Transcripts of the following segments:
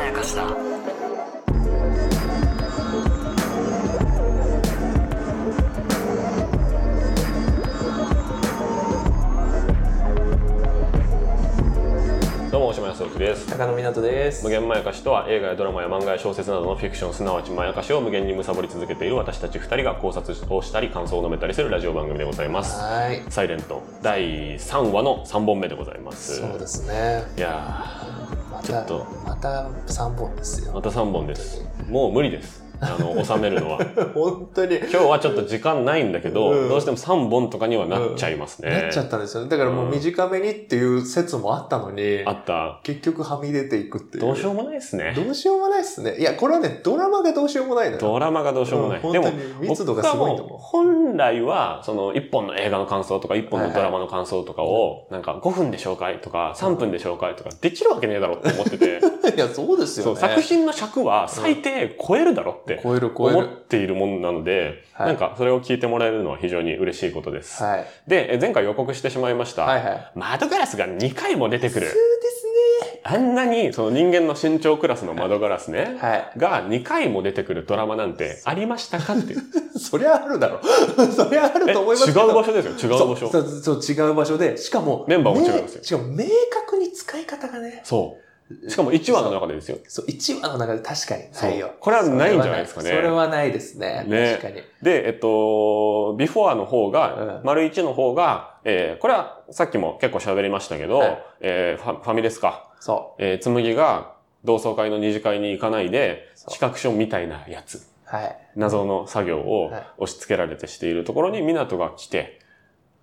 やかしだどうも大島康之です高野湊です無限まやかしとは映画やドラマや漫画や小説などのフィクションすなわちまやかしを無限に貪り続けている私たち2人が考察をしたり感想を述べたりするラジオ番組でございますはい「サイレント第3話の3本目でございますそうですねいやまちょたっとまた3本ですー よまた3本ですもう無理ですあの収めるのは 本当に今日はちょっと時間ないんだけど、うんどうしても3本とかにはなっちゃいますね、なっちゃったんですよねだからもう短めにっていう説もあったのに、あった結局はみ出ていくっていうどうしようもないですねどうしようもないですねいやこれはねドラマがどうしようもないのよドラマがどうしようもない、ん本でも当に密度がすご僕はもいとう思本来は、その、一本の映画の感想とか、一本のドラマの感想とかを、なんか5分で紹介とか、3分で紹介とか、できるわけねえだろって思ってて、ういやそうですそよう、ね作品の尺は最低超えるだろって超える超え思っるているものなので、はいなんかそれを聞いてもらえるのは非常に嬉しいことです。はいで、え前回予告してしまいました。はいはい窓ガラスが2回も出てくそうる。ですあんなに、その人間の身長クラスの窓ガラスね ね、はいが2回も出てくるドラマなんてありましたかっていう。そりゃあるだろ そりゃある え違と思いますけうど場所ですよ、違う場そ所。うそうそう違う場所で、しかも、メンバーも違うんですよねしかも明確に使い方がね、そう。しかも1話の中でですよ。そう、1話の中で確かにないそうよ。これはないんじゃないですかねそれはないですね。ね確かに。で、えっと、ビフォアの方うが、ん丸1の方が、えーこれはさっきも結構喋りましたけど、はいえーファファミレスか、そえー、紬が同窓会の二次会に行かないでう。、そう企画書みたいなやつ、はい。謎の作業をはい押し付けられてしているところに湊が来て、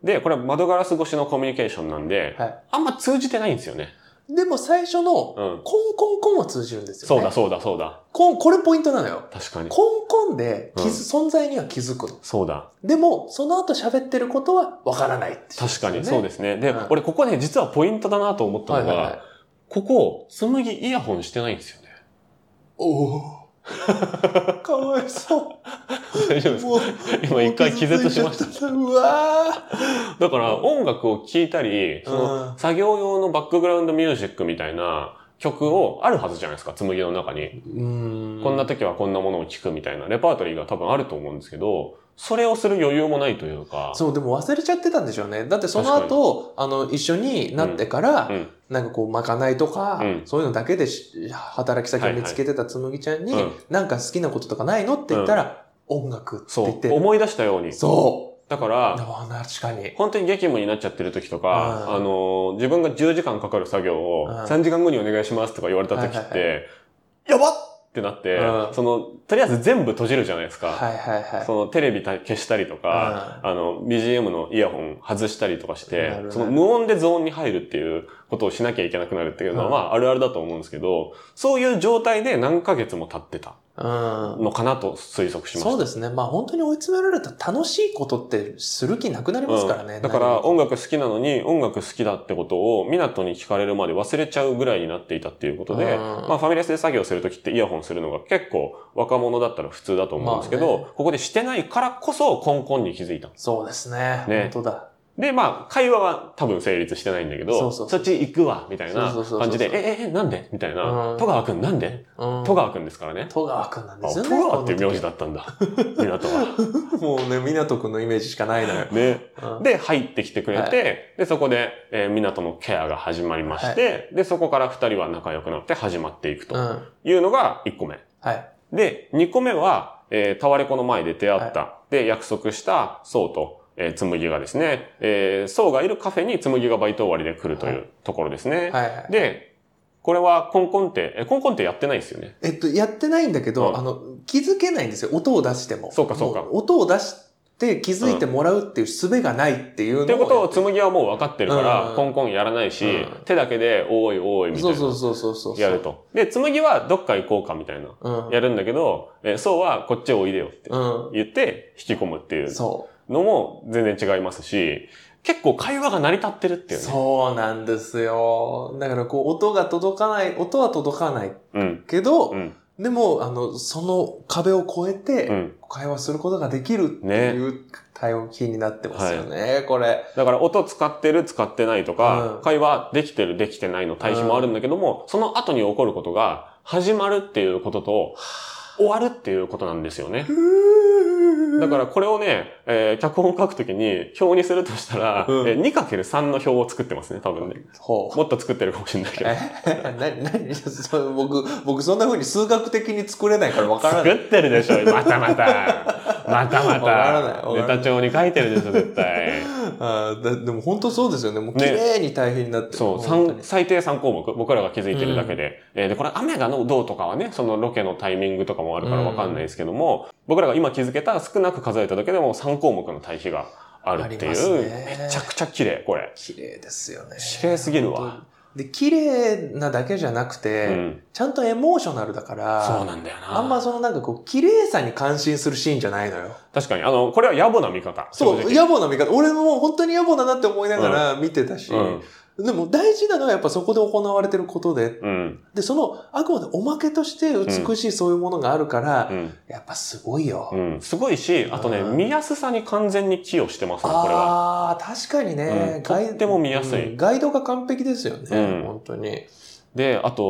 で、これは窓ガラス越しのコミュニケーションなんで、はあんま通じてないんですよね。い。でも最初の、うん。コンコンコンは通じるんですよ、そね。うだ、そうだ、そうだ。コン、これポイントなのよ。確かに。コンコンで気づ、存在には気づくの。そうだ。でも、その後喋ってることはわからないって確かに、そうでですね。で、うん俺ここね、実はポイントだなと思ったはいのはいが、はい。ここ、紬イヤホンしてないんです よね。お ーかわいそう。大丈夫ですもう、今一回気絶しました。た。うわだから音楽を聴いたり、そのー。作業用のバックグラウンドミュージックみたいな曲をあるはずじゃないですか、紬の中に。うんこんな時はこんなものを聴くみたいなレパートリーが多分あると思うんですけど、それをする余裕もないというか、そう、でも忘れちゃってたんでしょうね。だってその後、あの、一緒になってから、うんなんかこう、まかないとか、うんそういうのだけでし働き先を見つけてたつむぎちゃんに、うんなんか好きなこととかないのって言ったら、音楽ってそ言ってう、、思い出したように。そう。だかあら、あ、確かに。本当に激務になっちゃってる時とか、うんあのー、自分が10時間かかる作業をうん3時間後にお願いしますとか言われた時っはいはて、やばっってなってう、んその、とりあえず全部閉じるじゃないですか。はいはいはい。そのテレビた消したりとか、あの、BGM のイヤホン外したりとかしなるてほ、どその無音でゾーンに入るっていうことをしなきゃいけなくなるっていうのは、うんまあ、あるあるだと思うんですけど、そういう状態で何ヶ月も経ってたうん。のかなと推測しました。そうですね。まあ本当に追い詰められたら楽しいことってする気なくなりますからね。うんだから音楽好きなのに音楽好きだってことを港に聞かれるまで忘れちゃうぐらいになっていたっていうことで、うんまあファミレスで作業するときってイヤホンするのが結構若者だったら普通だと思うんですけど、まここでしてないからこそコンコンに気づいた。そうですね。ね本当だ。で、まあ会話は多分成立してないんだけど、そうそうっち行くわ、みたいなそうそうそうそう感じで、え、え、え、なんでみたいなう。ん戸川くんなんでうん。戸。川くんですからね。戸川くんなんあです戸よね。川っていう名字だ。だったんだ。港は。もうね、港くんのイメージしかないのよ。ね。うんで、入ってきてくれて、で、そこで、えー、港のケアが始まりまして、で、そこから二人は仲良くなって始まっていくうとん。いうのが1個目。はい。で、2個目は、えー、タワレコの前で出会った、で、約束した、そうと、えー、つむぎがですね、えー、そうがいるカフェにつむぎがバイト終わりで来るというところですね。はいはい。で、これはコンコンって、えー、コンコンってやってないですよね。えっと、やってないんだけど、うんあの、気づけないんですよ。音を出しても。そうかそうかも音を出して気づいてもらうっていう術がないっていうのっていうことをとつむぎはもう分かってるから、うんコンコンやらないし、うん手だけで、おーいおーいみたいそうな。そうそうそうそう。やる。と。で、つむぎはどっか行こうかみたいな。うん。やるんだけど、えーそうはこっちおいでよってう。言って引き込むっていうんそのも全然違いますし、結構会話が成り立ってるってう。いうね。そうなんですよ。だからこう、音が届かない、音は届かないうん。けど、うん。でも、あの、その壁を越えて、うん。会話することができるっていう対応キーになってますよね、これ。だから音使ってる使ってないとか、うん会話できてるできてないの対比もあるんだけども、その後に起こることが、始まるっていうことと、終わるっていうことなんですよね。だからこれをね、えー脚本を書くときに表にするとしたら、うんえー 2×3 の表を作ってますね、多分ね。ほう。 もっと作ってるかもしれないけど。え、な、なに、そう僕、僕そんな風に数学的に作れないからわから作ない。ってるでしょ、またまた。またまわからないわかた。らなネいタ帳に書いてるでしょ、絶 対。あーだでも本当そうですよね。もうね綺麗に大変になってる。そう、本当三に最低3項目、僕らが気づいてるだけで。えーで、これ雨がのどうとかはね、そのロケのタイミングとかもあるからわかんないですけども、僕らが今気づけた少なく数えただけでも3項目の対比があるっていありますう、ねめちゃくちゃ綺麗、これ。綺麗ですよね。綺麗すぎるわ。で、綺麗なだけじゃなくうて、ん。ちゃんとエモーショナルだから、そうなんだよな。あんまそのなんかこう、綺麗さに感心するシーンじゃないのよ。確かに、あの、これは野暮な見方。そう、正直野暮な見方。俺も本当に野暮だなって思いながら見てたし、でも大事なのはやっぱそこで行われてることで、うん。うん。で、その、あくまでおまけとして美しいそういうものがあるから、うん。やっぱすごいよ。うん。すごいし、あとね、うん見やすさに完全に寄与してますね、これは。ああ、確かにうねん。とっても見やすいうんガイドが完璧ですよね。うん本当に。で、あと、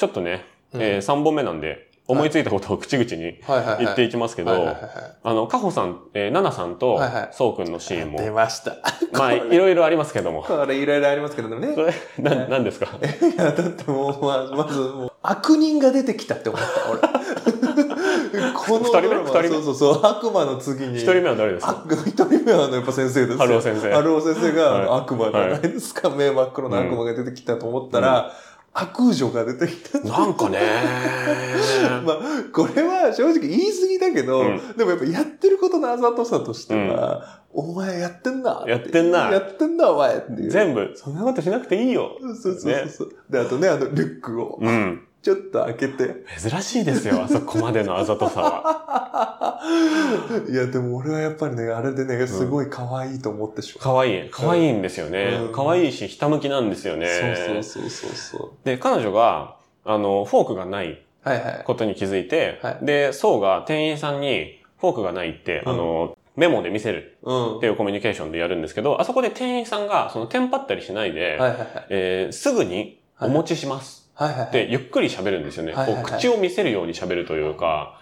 ちょっとね、うんえ3本目なんで、思いついたことを口々にはいはいはい。言っていきますけはいはいどはい、はあの、カホさん、えー、ナナさんとはいはい、そうくんのシーンい出も、ました。まあ、いろいろありますけども。 これいろいろありますけどでもね。な、なんですかいや、だってもう、まず、まずもう、悪人が出てきたって思った、俺。このド二人目ラマ二人目そうそうそう、悪魔の次に。一人目は誰ですかあ一人目はあの、やっぱ先生ですよ。春尾先春生。尾先生がは悪魔じゃないですか。目真っ黒の悪魔が出てきたと思ったら、悪女が出てきた。なんかね まあ、これは正直言い過ぎだけど、うんでもやっぱやってることのあざとさとしては、お前やってんな。やってんなやってんな、お前っていう。全部、そんなことしなくていいよ。そうそうそうそう。で、あとね、あの、リュックをうん。ちょっと開けて、 珍しいですよ、あそこまでのあざとさは。いや、でも俺はやっぱりね、あれでね、すごい可愛いと思ってしまう。可愛い。可愛いんですよねうん。可愛いし、ひたむきなんですよね。そうそうそうそうそ。で、彼女が、あの、フォークがないうはいはい。ことに気づいて、はいで、ソウが店員さんにフォークがないって、あの、メモで見せるうん。っていうコミュニケーションでやるんですけど、あそこで店員さんが、その、テンパったりしないで、はいはいはい。えーすぐにお持ちしますはいはいっはい。て、ゆっくり喋るんですよね。はいはいはいこう口を見せるように喋るというか、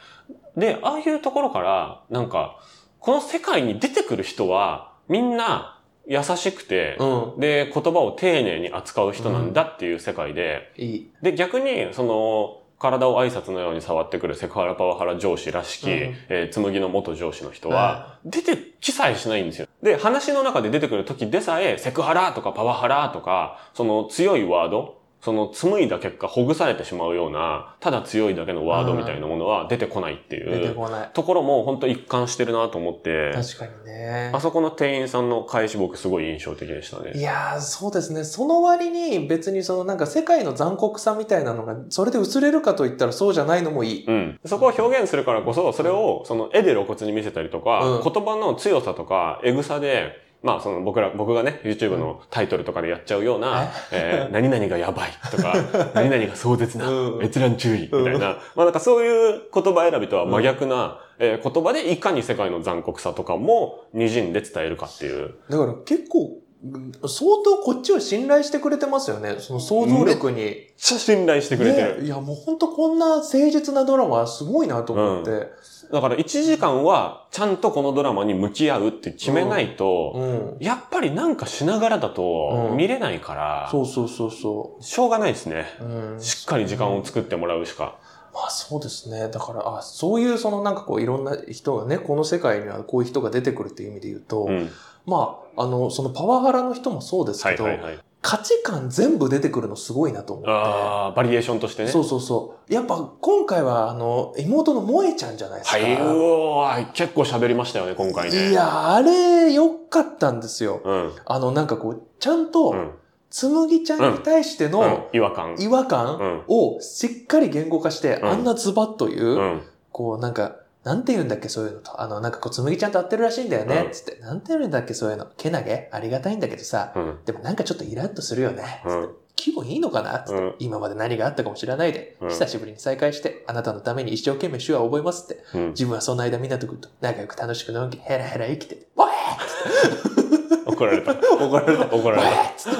で、ああいうところから、なんか、この世界に出てくる人は、みんな優しくて、うん。で、言葉を丁寧に扱う人なんだっていう世界で、いい。で、逆に、その、体を挨拶のように触ってくるセクハラパワハラ上司らしき、うんえー紬の元上司の人は、出てきさえしないんですよ。で、話の中で出てくる時でさえ、セクハラとかパワハラとか、その強いワード、その紡いだ結果ほぐされてしまうような、ただ強いだけのワードみたいなものは出てこないってい出てうこない。ところも本当一貫してるなと思って、確かにねあ。そこの店員さんの返し僕すごい印象的でしたいね。やー、そうですね。その割に別にそのなんか世界の残酷さみたいなのが、それで薄れるかといったらそうじゃないのもいい。うん、そこを表現するからこそ、それをその絵で露骨に見せたりとか、うん言葉の強さとか、えぐさで、まあその僕ら、僕がね、YouTube のタイトルとかでやっちゃうような、えー何々がやばいと か、何々が壮絶な、うん閲覧注意みたいな、うんまあなんかそういう言葉選びとは真逆な、えー言葉でいかに世界の残酷さとかも滲んで伝えるかっていう。だから結構、うん相当こっちを信頼してくれてますよね。その想像力に。めっちゃ信頼してくれてる。ねいや、もうほんとこんな誠実なドラマすごいなと思って。だから1時間はちゃんとこのドラマに向き合うって決めないと、うん。やっぱりなんかしながらだとうん見れないから、そうそうそうそしょうがないですね。う。うん。しっかり時間を作ってもらうしか。まあそうですね。だから、あ、そういうそのなんかこういろんな人がね、この世界にはこういう人が出てくるっていう意味で言うと、うん。まあ、あの、そのパワハラの人もそうですはけいど、はいはい。価値観全部出てくるのすごいなと思って。ああ、バリエーションとしてね。そうそうそう。やっぱ今回はあの、妹の萌えちゃんじゃないですはか。い、うおー結構喋りましたよね、今回ね。い。や、あれ良かったんですよ。うん。あの、なんかこう、ちゃんうと、ん。つむぎちゃんに対してうのん。違和感。違和う感ん。をしっかり言語化して、うんあんなズバッというう、ん。こうなんか、なんて言うんだっけ、そういうのと。あの、なんかこう、つむぎちゃんと会ってるらしいんだよねう、んつって。なんて言うんだっけ、そういうの。けなげありがたいんだけどさ。うん。でもなんかちょっとイラッとするよね。うん。気分いいのかなつって、うん今まで何があったかも知らないで、うん久しぶりに再会して、あなたのために一生懸命手話を覚えますって。うん。自分はその間、湊くんと仲良く楽しくのんき、ヘラヘラ生きて、おいお怒られた。 怒られた。怒られ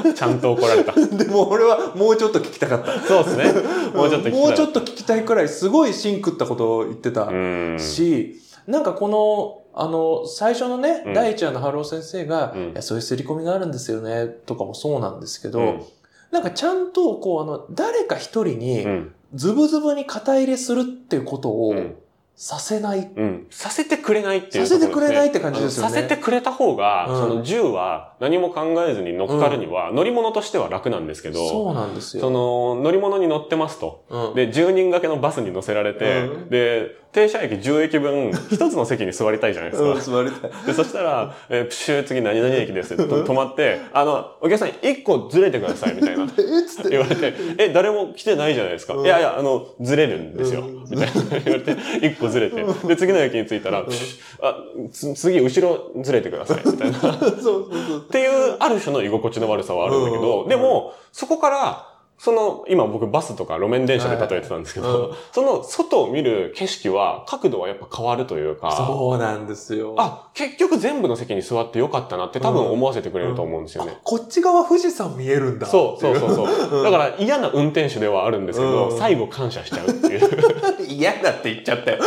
た。ちゃんと怒られた。でも俺はもうちょっと聞きたかった。そうですね。 もうちょっと聞きたい。もうちょっと聞きたいくらいすごい芯食ったことを言ってたうん。し、なんかこの、あの、最初のね、うん第一話のハロー先生が、うんいやそういう刷り込みがあるんですよね、とかもそうなんですけど、うんなんかちゃんと、こう、あの、誰か一人にう、ん。ズブズブに肩入れするっていうことをうん。させない。うん。させてくれないっていうさところでせすね、てくれないって感じですよね。させてくれた方が、うんその銃は何も考えずに乗っかるには、乗り物としては楽なんですけど、そうなんでそすよ。の乗り物に乗ってますと。うんで、10人掛けのバスに乗せられて、うんで、停車駅10駅分、一つの席に座りたいじゃないですうかん、。座りたい。でそしたら、えープシュー次何々駅ですと止まって、あの、お客さん1個ずれてくださいみたいな。 えっつって。言われて、え、誰も来てないじゃないですか。うんいやいや、あの、ずれるんですよ。うんみたいな言われて、一個ずれて。で、次の駅に着いたら、プシュあ、つ次、後ろずれてください。みたいな。っそうそうそう。ていう、ある種の居心地の悪さはあるんだけうど、んでも、そこから、その、今僕バスとか路面電車で例えてたんですけはいはいうど、その外を見る景色は、角度はやっぱ変わるというか、そうなんですよ。あ、結局全部の席に座ってよかったなって多分思わせてくれると思うんですよね。こっち側富士山見えるんだ。そうそうそうう。そう。だから嫌な運転手ではあるんですけど、うん最後感謝しちゃうっていう。 嫌だって言っちゃったよ。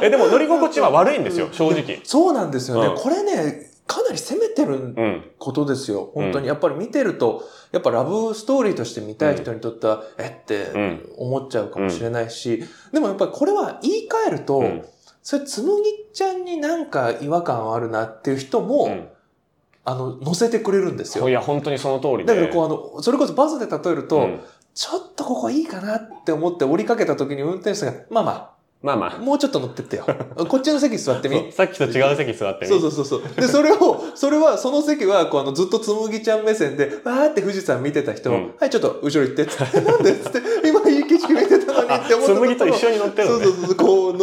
え、でも乗り心地は悪いんですよ、正直。そうなんですよね。うんこれね、かなり攻めてるうん。ことですよ。本当うんに。やっぱり見てると、やっぱラブストーリーとして見たい人にとっては、えうってん。思っちゃうかもしれないし、でもやっぱりこれは言い換えると、うんそれ、つむぎちゃんになんか違和感あるなっていう人も、うんあの、乗せてくれるんですそうよ。いや、本当にその通りで。だけど、こう、あの、それこそバスで例えると、んちょっとここいいかなって思って折りかけた時に運転手さんが、まあままあまあ、もうちょっと乗ってっ てよ。こっちの席座ってあ、みそうさっきと違う席座ってみ。そうそうそうそう。で、それを、それは、その席は、こう、あの、ずっとつむぎちゃん目線で、わーって富士山見てた人を、うんはい、ちょっと、後ろ行って、つって、 なんでつって、今いい景色見てたのにあって思ったつむぎと一緒に乗ってるそのうねそうそう、こうの、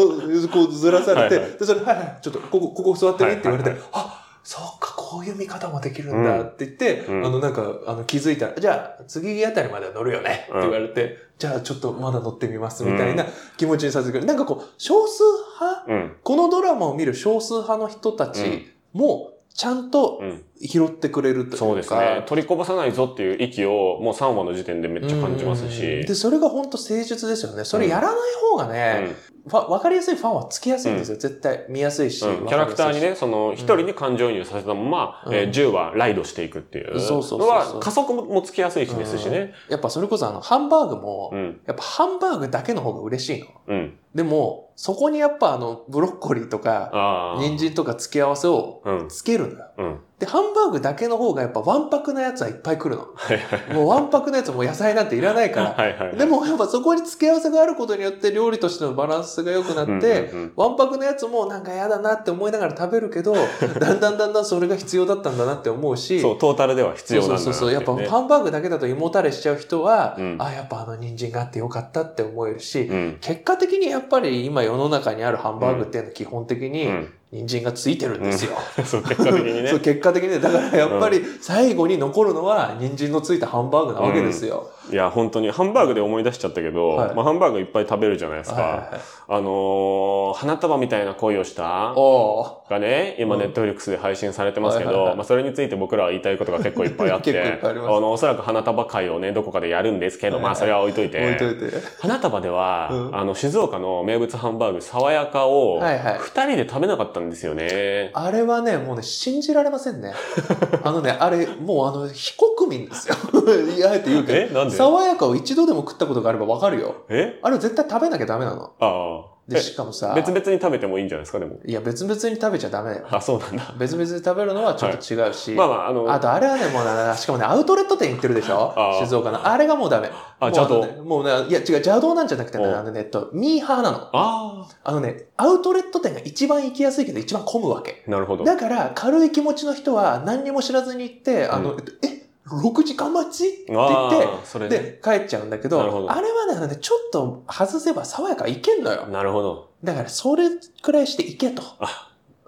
こうずらされて、はいで、それ、はいはい、ちょっと、ここ、ここ座ってみって言われて、はいはあ、そうか、こういう見方もできるんだって言って、うんあの、なんか、あの、気づいたら、じゃあ、次あたりまでは乗るよねって言われて、じゃあ、ちょっと、まだ乗ってみます、みたいな気持ちにさせてくれる。なんかこう、少数派うん。このドラマを見る少数派の人たちも、ちゃんとうん。拾ってくれるというか。そうですね。取りこぼさないぞっていう息を、もう3話の時点でめっちゃ感じますうんしで、。それが本当誠実ですよね。それやらない方がうね、んファわかりやすいファンはつきやすいんですよ。絶対。見やすいし。うんキャわかラりクやすいしターに。ね、その、一人に感情移入させたまま、うんえー10はライドしていくっていうそうそうそうそのうは、加速もつきやすいしですしね。やっぱそれこそあの、ハンバーグも、うん。やっぱハンバーグだけの方が嬉しいの。うん。でも、そこにやっぱあの、ブロッコリーとか、ああ。人参とか付け合わせをうん。つけるのよ。うん。で、ハンバーグだけの方がやっぱワンパクなやつはいっぱい来るの。はいはい。もうワンパクなやつもう野菜なんていらないから。はいはいはい。でもやっぱそこに付け合わせがあることによって料理としてのバランスが良くなうん、って、うんうんわんぱくのやつもなんか嫌だなって思いながら食べるけど、だんだんだんだんそれが必要だったんだなって思うし、そう、トータルでは必要なんだなそうそうそう。やっぱていうねハンバーグだけだと胃もたれしちゃう人は、うんあ、やっぱあの人参があってよかったって思えるし、うん。結果的にやっぱり今世の中にあるハンバーグっていうのは基本的うにん。 人参がついてるんですよ。そう、結果的にねそう。結果的にねだからやっぱり最後に残るのは人参のついたハンバーグなわけですよ。いや、本当に、ハンバーグで思い出しちゃったけど、はいまあ、ハンバーグいっぱい食べるじゃないですか。はいはいはいあのー花束みたいな恋をしたおーがね、今、うんネットフリックスで配信されてますけはいはいはど、いまあ、それについて僕らは言いたいことが結構いっぱいあって、 結構いっぱいありますの、おそらく花束会をね、どこかでやるんですけど、はいまはいあ、それは置いといて。置いといて。花束では、うんあの、静岡の名物ハンバーグ、爽やかを、はいはい二人で食べなかったんですよね。あれはね、もうね、信じられませ んね。あのね、あれ、もうあの、非国民で すよ。いや、あえて言うけえなんど。で爽やかを一度でも食ったことがあればわかるよ。えあれを絶対食べなきゃダメなの。ああ。で、しかもさ、え別々に食べてもいいんじゃないですか、でも。いや、別々に食べちゃダメだよ。あ、そうなんだ。別々に食べるのはちょっと違うし。まあまあ、あの、あと、あれはね、もうな、しかもね、アウトレット店行ってるでしょあー静岡の。あれがもうダメ。あ邪道もうねもうね、いや、違う、邪道なんじゃなくてね、おあのね、えっと、ミーハーなの。ああのね、アウトレット店が一番行きやすいけど、一番混むわけ。あ、なるほど。だから、軽い気持ちの人は何にも知らずに行って、あの、うえ、6時間待ちって言あっあ、それて、ね。で、帰っちゃうんだけど、なるほどあれはねあのね、ちょっと外せば爽やかいけんのよ。なるほど。だから、それくらいしていけと。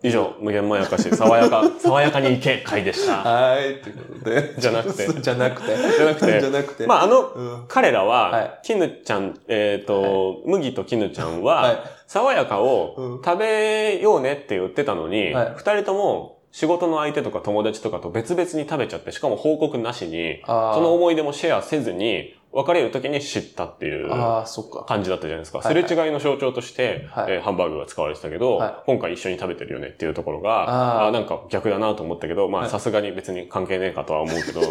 以上、無限まやかし、爽やか、爽やかに行け会でした。 はい、ということでじゃなく てじゃなくて。じゃなくてじゃなくて。まあ、あの、うん彼らはは、いきぬちゃん、えっ、と、麦ときぬちゃんはは、い。爽やかうをん食べようねって言ってたのに、二、はい人とも、仕事の相手とか友達とかと別々に食べちゃって、しかも報告なしに、あーその思い出もシェアせずに、別れる時に知ったっていうああ、そっか。 感じだったじゃないですか。はすいはれい違いの象徴として、はいえーハンバーグが使われてたけど、は今回一緒に食べてるよねっていうところあが、ーあーなんか逆だなと思ったけど、まはあいさすがに別に関係ねえかとは思うけど、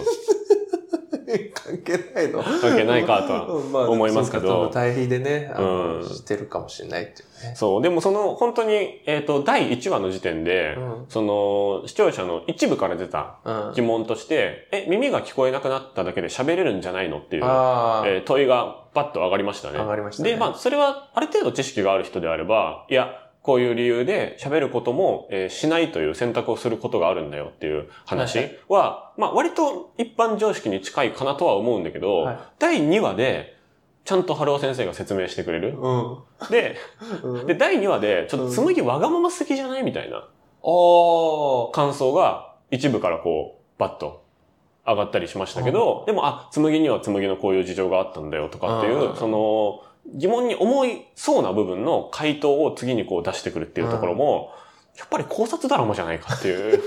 関係ないの関係ないかとは。 うんま思いますけどそうか多分対比でね、あのうんしてるかもしれないっていうね。そう、でもその本当に、えっ、と、第1話の時点で、うんその視聴者の一部から出たうん。疑問として、え、耳が聞こえなくなっただけで喋れるんじゃないのっていう、ああ、えー問いがパッと上がりましたね。上がりましたね。で、まあ、それはある程度知識がある人であれば、いや、こういう理由で喋ることも、えーしないという選択をすることがあるんだよっていう話はいは、まあ、割と一般常識に近いかなとは思うんだけど、はい第2話で、ちゃんと春尾先生が説明してくれる。で、うん。うん、で、第2話で、ちょっと紬わがまますぎじゃないみたいなおー感想が一部からこう、バッと上がったりしましたけど、でも、あ、紬には紬のこういう事情があったんだよとかっていうう、んその、疑問に思いそうな部分の回答を次にこう出してくるっていうところも、やっぱり考察ドラマじゃないかって いう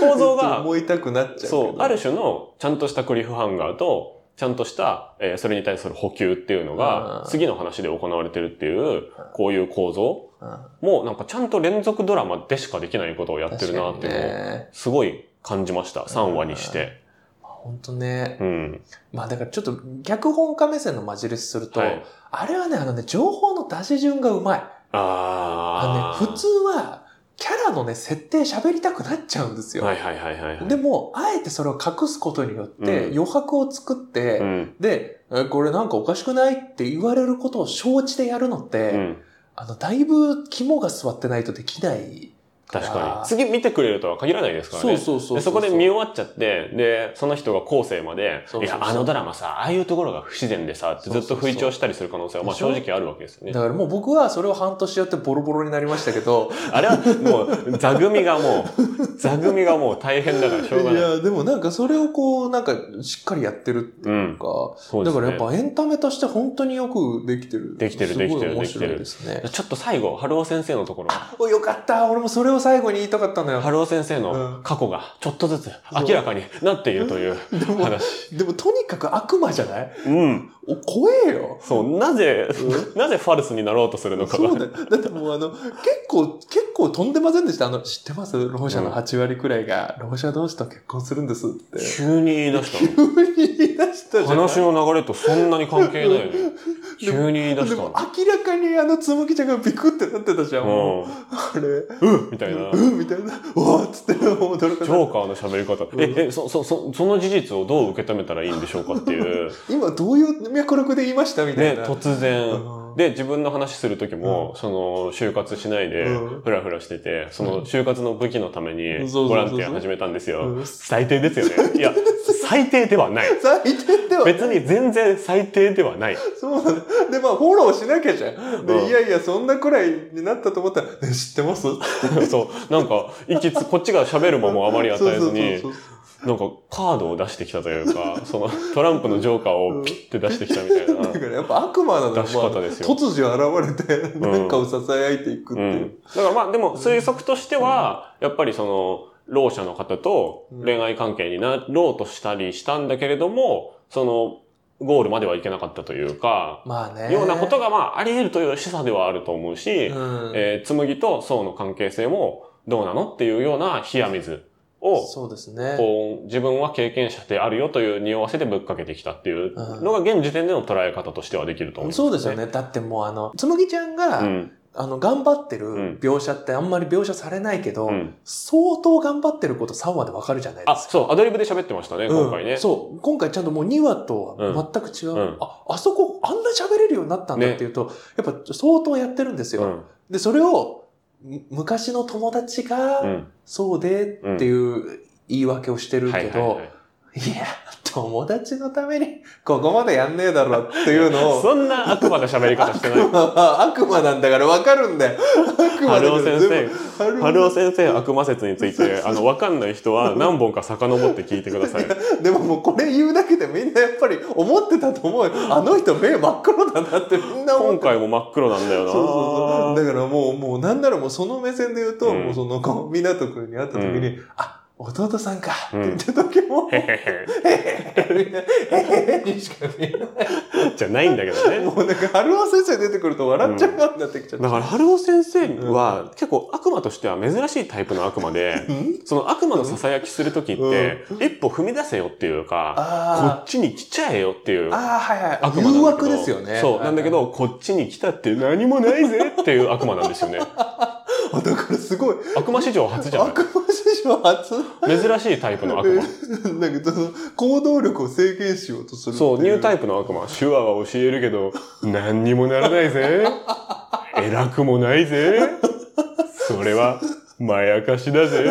構造ちょっとが、思いたくなっちゃうけど。そう、ある種のちゃんとしたクリフハンガーと、ちゃんとした、えーそれに対する補給っていうのがう、ん次の話で行われてるっていう、こういう構造うん。もうなんかちゃんと連続ドラマでしかできないことをやってるなっていう確のを、かにね。すごい感じました。3話にして。ほんとね。うん。まあだからちょっと脚本家目線のマジレスすると、はいあれはね、あのね、情報の出し順がうまい。ああのね、普通は、キャラのね、設定喋りたくなっちゃうんですよ。はいはいはいはいはい。でも、あえてそれを隠すことによって、うん余白を作って、うん。で、えこれなんかおかしくないって言われることを承知でやるのって、うん。あの、だいぶ肝が据わってないとできないから。確かに。次見てくれるとは限らないですからそうね。そうそうでう。そこで見終わっちゃって、で、その人が後世までそ、ういそうそうや、あのドラマさ、ああいうところが不自然でさ、ってずっと吹聴したりする可能性は、まあそう正そうそう直あるわけですよねだ。からもう僕はそれを半年やってボロボロになりましたけど、あれはもう、座組がもう、座組がもう大変だからしょうがいない。や、でもなんかそれをこう、なんかしっかりやってるってう。いうんか、そうでだすかねらやっぱエンタメとして本当によくできてる。できてるすごいできてる面白いですね。 ちょっと最後、春尾先生のところ。およかった俺もそれを最後に言いたかったのよ。春尾先生うのん過去がちょっとずつ明らかになっているという でも、話。でもとにかく悪魔じゃないうん。お怖えよ。そう、なぜ、なぜファルスになろうとするのかそうが。だよ。だってもうあの、結構、結構飛んでませんでした。あの、知ってます老者の8割くらいが、老者同士と結婚するんですって。急に言い出し急に言い出したたじゃんの。。話の流れとそんなに関係ないよね。急に言い出しでたもの。明らかにあのつむきちゃんがビクってなってたじゃん。もううあれ、ん。みたいな。ジうん、みたいな、うわーっつって驚かョされーカーの喋り方。うんえ、え、そ、そ、そ、その事実をどう受け止めたらいいんでしょうかっていう。た。今どういう脈絡で言いましたみたいね、な。突然。うんで、自分の話するときも、その、就活しないでう、んふらふらしてて、その、うん就活の武器のために、そうそうそうそうボランティア始めたんですよ。うん最低ですよね。いや、最低ではない。最低では別に全然最低ではない。そうなの。で、まあ、フォローしなきゃじゃん。で、うんいやいや、そんなくらいになったと思ったら、 ね、知ってますそう、なんか、息つ、こっちが喋る間もあまり与えずにそ、うそうそうなんか、カードを出してきたというか、その、トランプのジョーカーをピッて出してきたみたいな。 そうだからやっぱ悪魔なの出し方ですよまあ突如現れて、んなんかを囁いていくってういう。ん。だからまあでも推測としては、やっぱりその、ろう者の方と恋愛関係になろうとしたりしたんだけれども、その、ゴールまではいけなかったというか、まあね。ようなことがまああり得るという示唆ではあると思うし、うんえー、紬と宋の関係性もどうなのっていうような冷や水を、そうですね。こう、自分は経験者であるよという匂わせでぶっかけてきたっていうのが現時点での捉え方としてはできると思います、そうですよ。ね。だってもうあの、つむぎちゃんが、うん。あの、頑張ってうんる描写ってあんまり描写されないけど、うん。相当頑張ってること3話でわかるじゃないであ、すか。そう、アドリブで喋ってましたね、今回ね。うんそう。今回ちゃんともう2話とは全く違う。うんあ、あそこあんな喋れるようになったんだっていうと、やっぱ相当やってるんですよ。うんで、それを、む昔の友達が、うんそうでっていう言い訳をしてるけはいど、はいはいいや、友達のために、ここまでやんねえだろっていうのを、そんな悪魔な喋り方してない悪。魔は悪魔なんだからわかるんだよ。悪魔春尾だから先全生、部。春春尾先生悪魔説について、あの、わかんない人は何本か遡って聞いてくだ さい。でももうこれ言うだけでみんなやっぱり思ってたと思うよ。あの人目真っ黒だなってみんな今思ってた。回も真っ黒なんだよな。そうそうそう。だからもう、もうなんならもうその目線で言うと、うんもうそのこう港区に会った時に、うあ、弟さんかって言った時も、 へへみんな、へへへにしか見えない。へじゃないんだけどね。もうなんか春尾先生出てくると笑っちゃうようになってきちゃった。だから、春尾先生は結構悪魔としては珍しいタイプの悪魔で、うんその悪魔の囁きするときって、一歩踏み出せよっていうか、こっあちに来ちゃえよっていうあ。ああ、はいはい。悪魔なんだけ誘ど惑ですよね。そう。なんだけど、こっちに来たって何もないぜっていう悪魔なんですよね。はいはい。あだからすごい。悪魔史上初じゃない悪魔師匠初珍しいタイプの悪魔。なんかその行動力を制限しようとするっていそう、ニュータイプの悪魔。手話は教えるけど、何にもならないぜ。偉くもないぜ。それは、まやかしだぜ。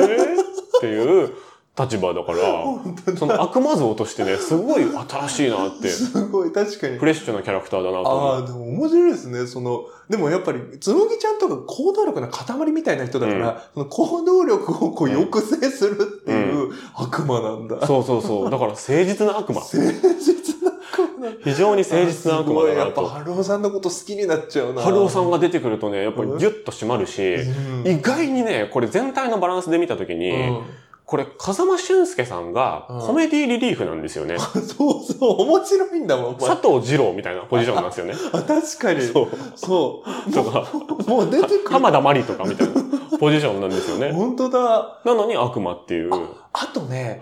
っていう立場だから、本当にその悪魔像としてね、すごい新しいなって、すごい、確かにフ。レッシュなキャラクターだなとあ思あ、う。でも面白いですね。その、でもやっぱり、つむぎちゃんとか行動力の塊みたいな人だから、その行動力をこううん抑制するっていう悪魔なんだ。そうそうそう。だから誠実な悪魔。誠実な悪魔なんだ。非常に誠実な悪魔すごいだやなっぱ、と。春尾さんのこと好きになっちゃうな。春尾さんが、が出てくるとね、やっぱりギュッと締まるし、うん意外にね、これ全体のバランスで見たときに、これ、風間俊介さんがうんコメディリリーフなんですよね。うんそうそう、面白いんだもん、お前。佐藤二郎みたいなポジションなんですよ ね。あ確かに。そう。そう。 とか、もう出てくる。浜田真理とかみたいな ポジションなんですよね。本当だ。なのに悪魔っていう。はあとね、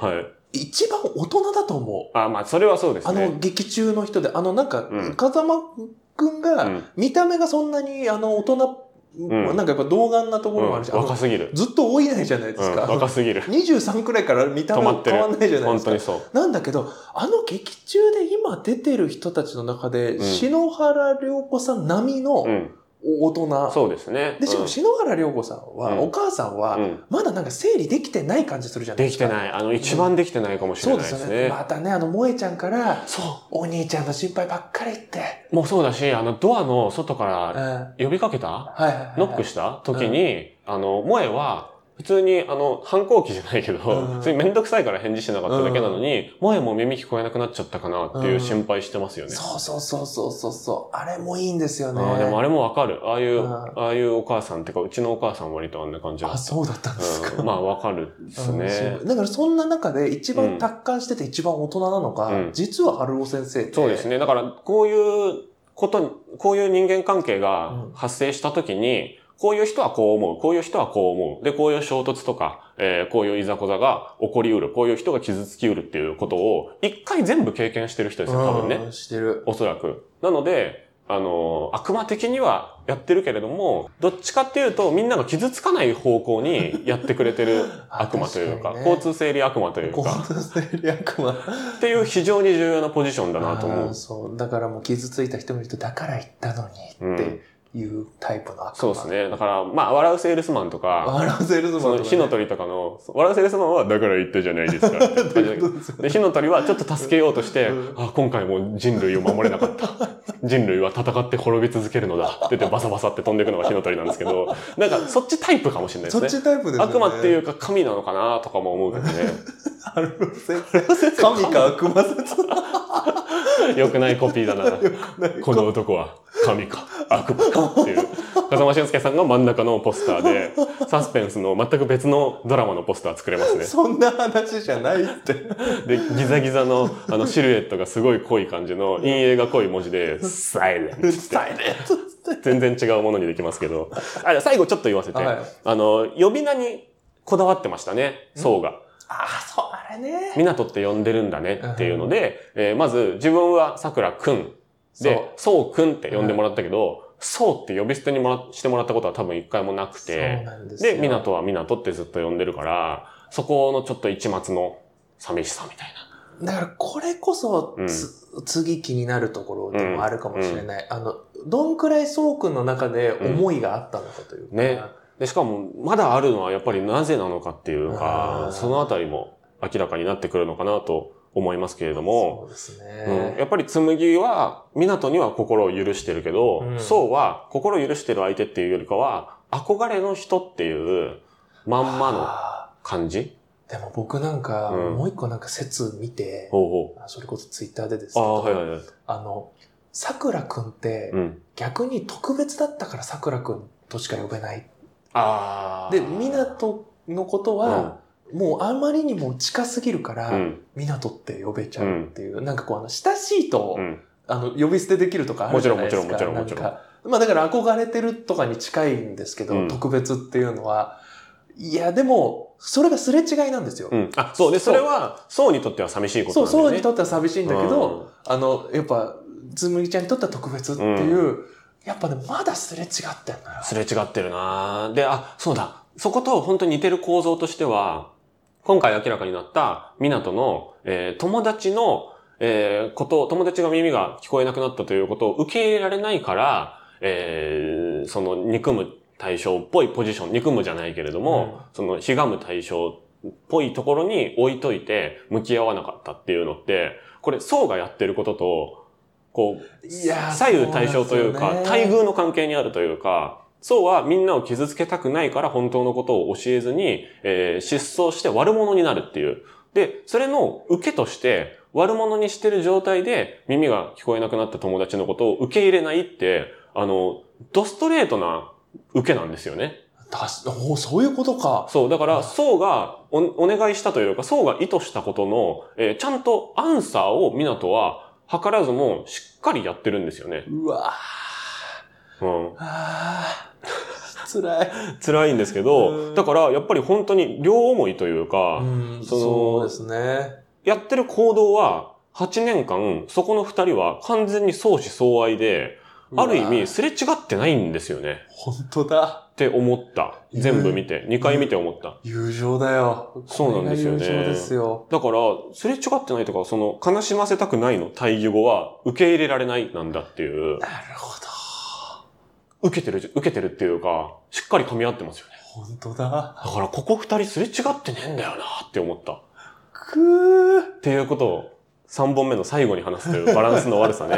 い。一番大人だと思う。あ、まあ、それはそうですあね。の、劇中の人で、あの、なんかうん、風間くんうが、ん見た目がそんなに、あの、大人、うんなんかやっぱ童顔なところもあるし、若すぎあるの。ずっと老いないじゃないでうすんか。若すぎ る。 23くらいから見た目止まもってる変わんないじゃないで本すか当に。そう。なんだけど、あの劇中で今出てる人たちの中で、うん篠原涼子さん並みのうん。大人。そうですね。で、しかうもん篠原涼子さんは、うんお母さんは、うんまだなんか整理できてない感じするじゃないでできすか。てない。あの、一番できてないかもしれそうなでいすでよすね。ね。またね、あの、萌えちゃんから、そお兄ちゃんの心配ばっかりって。う。もうそうだし、あの、ドアの外かうん。らはい呼びかけたはいはい。ノックした時に、あの、萌えは、普通に、あの、反抗期じゃないけど、うん普通にめんどくさいから返事しなかっただけなのに、萌えも耳聞こえなくなっちゃったかなっていううん心配してますよね。そうそうそうそうそうそう。あれもいいんですよね。ああでもあれれもわかる。ああいう、うんああいうお母さんってか、うちのお母さん割とあんな感じだったそうだったんですか。うんまあわかるですねう。んだからそんな中でう一ん番達観してて一番大人なのが、うん実は春尾先生って。そうですね。だから、こういうこと、こういう人間関係がうん発生した時に、こういう人はこう思う、こういう人はこう思う。で、こういう衝突とか、えーこういういざこざが起こりうる、こういう人が傷つきうるっていうことを、一回全部経験してる人ですよ、多分ね。うんしてる。おそらく。なので、あのー悪魔的にはやってるけれども、どっちかっていうと、みんなが傷つかない方向 にやってくれてるあ悪魔というか、確かにね交通整理悪魔というこか、うですね、略は。っていう非常に重要なポジションだなと思あーう。そう。だからもう傷ついた人もいると、だから言ったのにっていうタイプの悪魔。そうです。ね。だから、まあ、笑うセールスマンとか、笑わせるぞ、その火のと鳥とかの、笑うセールスマンは、だから言ったじゃないですか。ってか感じね。どうだけいうどことですよねで、火の鳥はちょっと助けようとしてうん、あ、今回も人類を守れなかった。人類は戦って滅び続けるのだ。って言ってバサバサって飛んでいくのが火の鳥なんですけど、なんかそっちタイプかもしれないですそっね。ちタイプですよね。悪魔っていうか神なのかなとかも思うけどね。ある先生。 神か悪魔説良くないコピーだな。ないこの男は神か悪魔かっていう風間俊介さんが真ん中のポスターでサスペンスの全く別のドラマのポスター作れますねそんな話じゃな いって。でギザギザのあのシルエットがすごい濃い感じの陰影が濃い文字で「サイレント」伝えね全然違うものにできますけどあじゃあ最後ちょっと言わせて、はいあの呼び名にこだわってましたね層が。ああ、そう、あれね。港って呼んでるんだねっていうので、えーまず自分は桜くんで、そうくんって呼んでもらったけど、そうって呼び捨てにもらしてもらったことは多分一回もなくそうそうて、なんですよで、港は港ってずっと呼んでるから、そこのちょっと一末の寂しさみたいな。だからこれこそつ、次気になるところでもあるかもしれない。あの、どんくらいそうくんの中で思いがあったのかというか。うんねで、しかも、まだあるのはやっぱりなぜなのかっていううかん、そのあたりも明らかになってくるのかなと思いますけれども、そうですうん、やね。っぱり紬は、湊には心を許してるけど、うんそうは心を許してる相手っていうよりかは、憧れの人っていう、まんまのあ感じーでも僕なんか、うんもう一個なんか説見て、ほうほうあそれこそツイッターでであすけどあ、はいはいはい。あの、桜くんって、うん。逆に特別だったから桜くんとしか呼べない。ああ。で、港のことは、もうあまりにも近すぎるかうん、うら、ん。港って呼べちゃうっていう、なんかこう、あの、親しいと、うん。あの、呼び捨てできるとかあるじゃないですか。もちろんもちろんもちろんなんかまあだから憧れてるとかに近いんですけど、うん特別っていうのは、いや、でも、それがすれ違いなんですよ。うん。あ、そうで、そそうれは、そうにとっては寂しいことそう、なんだそようね。にとっては寂しいんだけど、うん、あの、やっぱ、ズムギちゃんにとっては特別っていう、やっぱね、まだすれ違ってんのよ。すれ違ってるなぁで、あ、そうだ。そこと本当に似てる構造としては、今回明らかになった、港の、えー友達の、えーこと、友達が耳が聞こえなくなったということを受け入れられないから、えーその、憎む対象っぽいポジション、憎むじゃないけれども、その、ひがむ対象っぽいところに置いといて、向き合わなかったっていうのって、これ、層がやってることと、こう、いやー左右対称というそうか、なんですよね待遇の関係にあるというか、そうはみんなを傷つけたくないから本当のことを教えずに、えー失踪して悪者になるっていう。で、それの受けとして、悪者にしてる状態で耳が聞こえなくなった友達のことを受け入れないって、あの、ドストレートな受けなんですよね。たしおーそういうことか。そう、だかはら、い層がおお願いしたというか、層が意図したことの、えーちゃんとアンサーを港は図らずもしっかりやってるんですよね。うわうんー。あー辛い。辛いんですけうんど、だからやっぱり本当に両思いというか、うん、そのそうですね。やってる行動は8年間そこの2人は完全に相思相愛で、ある意うわ味すれ違ってないんですよね。本当だ。って思った。うん全部見て、2回見て思った。友情だよ。そうなんですよねこれが友情ですよ。だから、すれ違ってないとか、その、悲しませたくないの対義語は、受け入れられないなんだっていう、なるほど。受けてる、受けてるっていうか、しっかり噛み合ってますよね。本当だ。だから、ここ二人すれ違ってねえんだよなって思った。くー。っていうことを3本目の最後に話すという バランスの悪さね。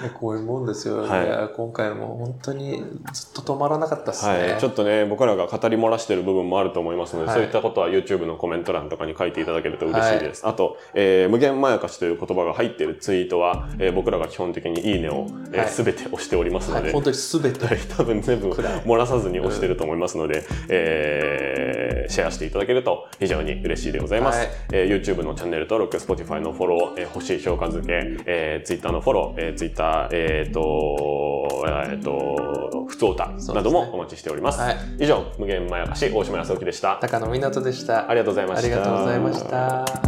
いやこういうもんですよ、はいいや今回も本当にずっと止まらなかったですね。はい。ちょっとね、僕らが語り漏らしてる部分もあると思いますので、はいそういったことは YouTube のコメント欄とかに書いていただけると嬉しいです。あと、えー無限まやかしという言葉が入っているツイートは、えー僕らが基本的にいいねを、えはーい全て押しておりますのはいで、本当に全て。はい多分全部くらい漏らさずに押してると思いますので、えーシェアしていただけると非常に嬉しいでございます。はいえー YouTube のチャンネル登録、Spotify のフォロー、えー星評価付け、えー Twitter のフォロー、えー Twitter、えー、と、えー、と、普通オタなどそうですもねお待ちしております。はい以上、無限まやかし、大島康之でした。高野湊でした。ありがとうございました。ありがとうございました。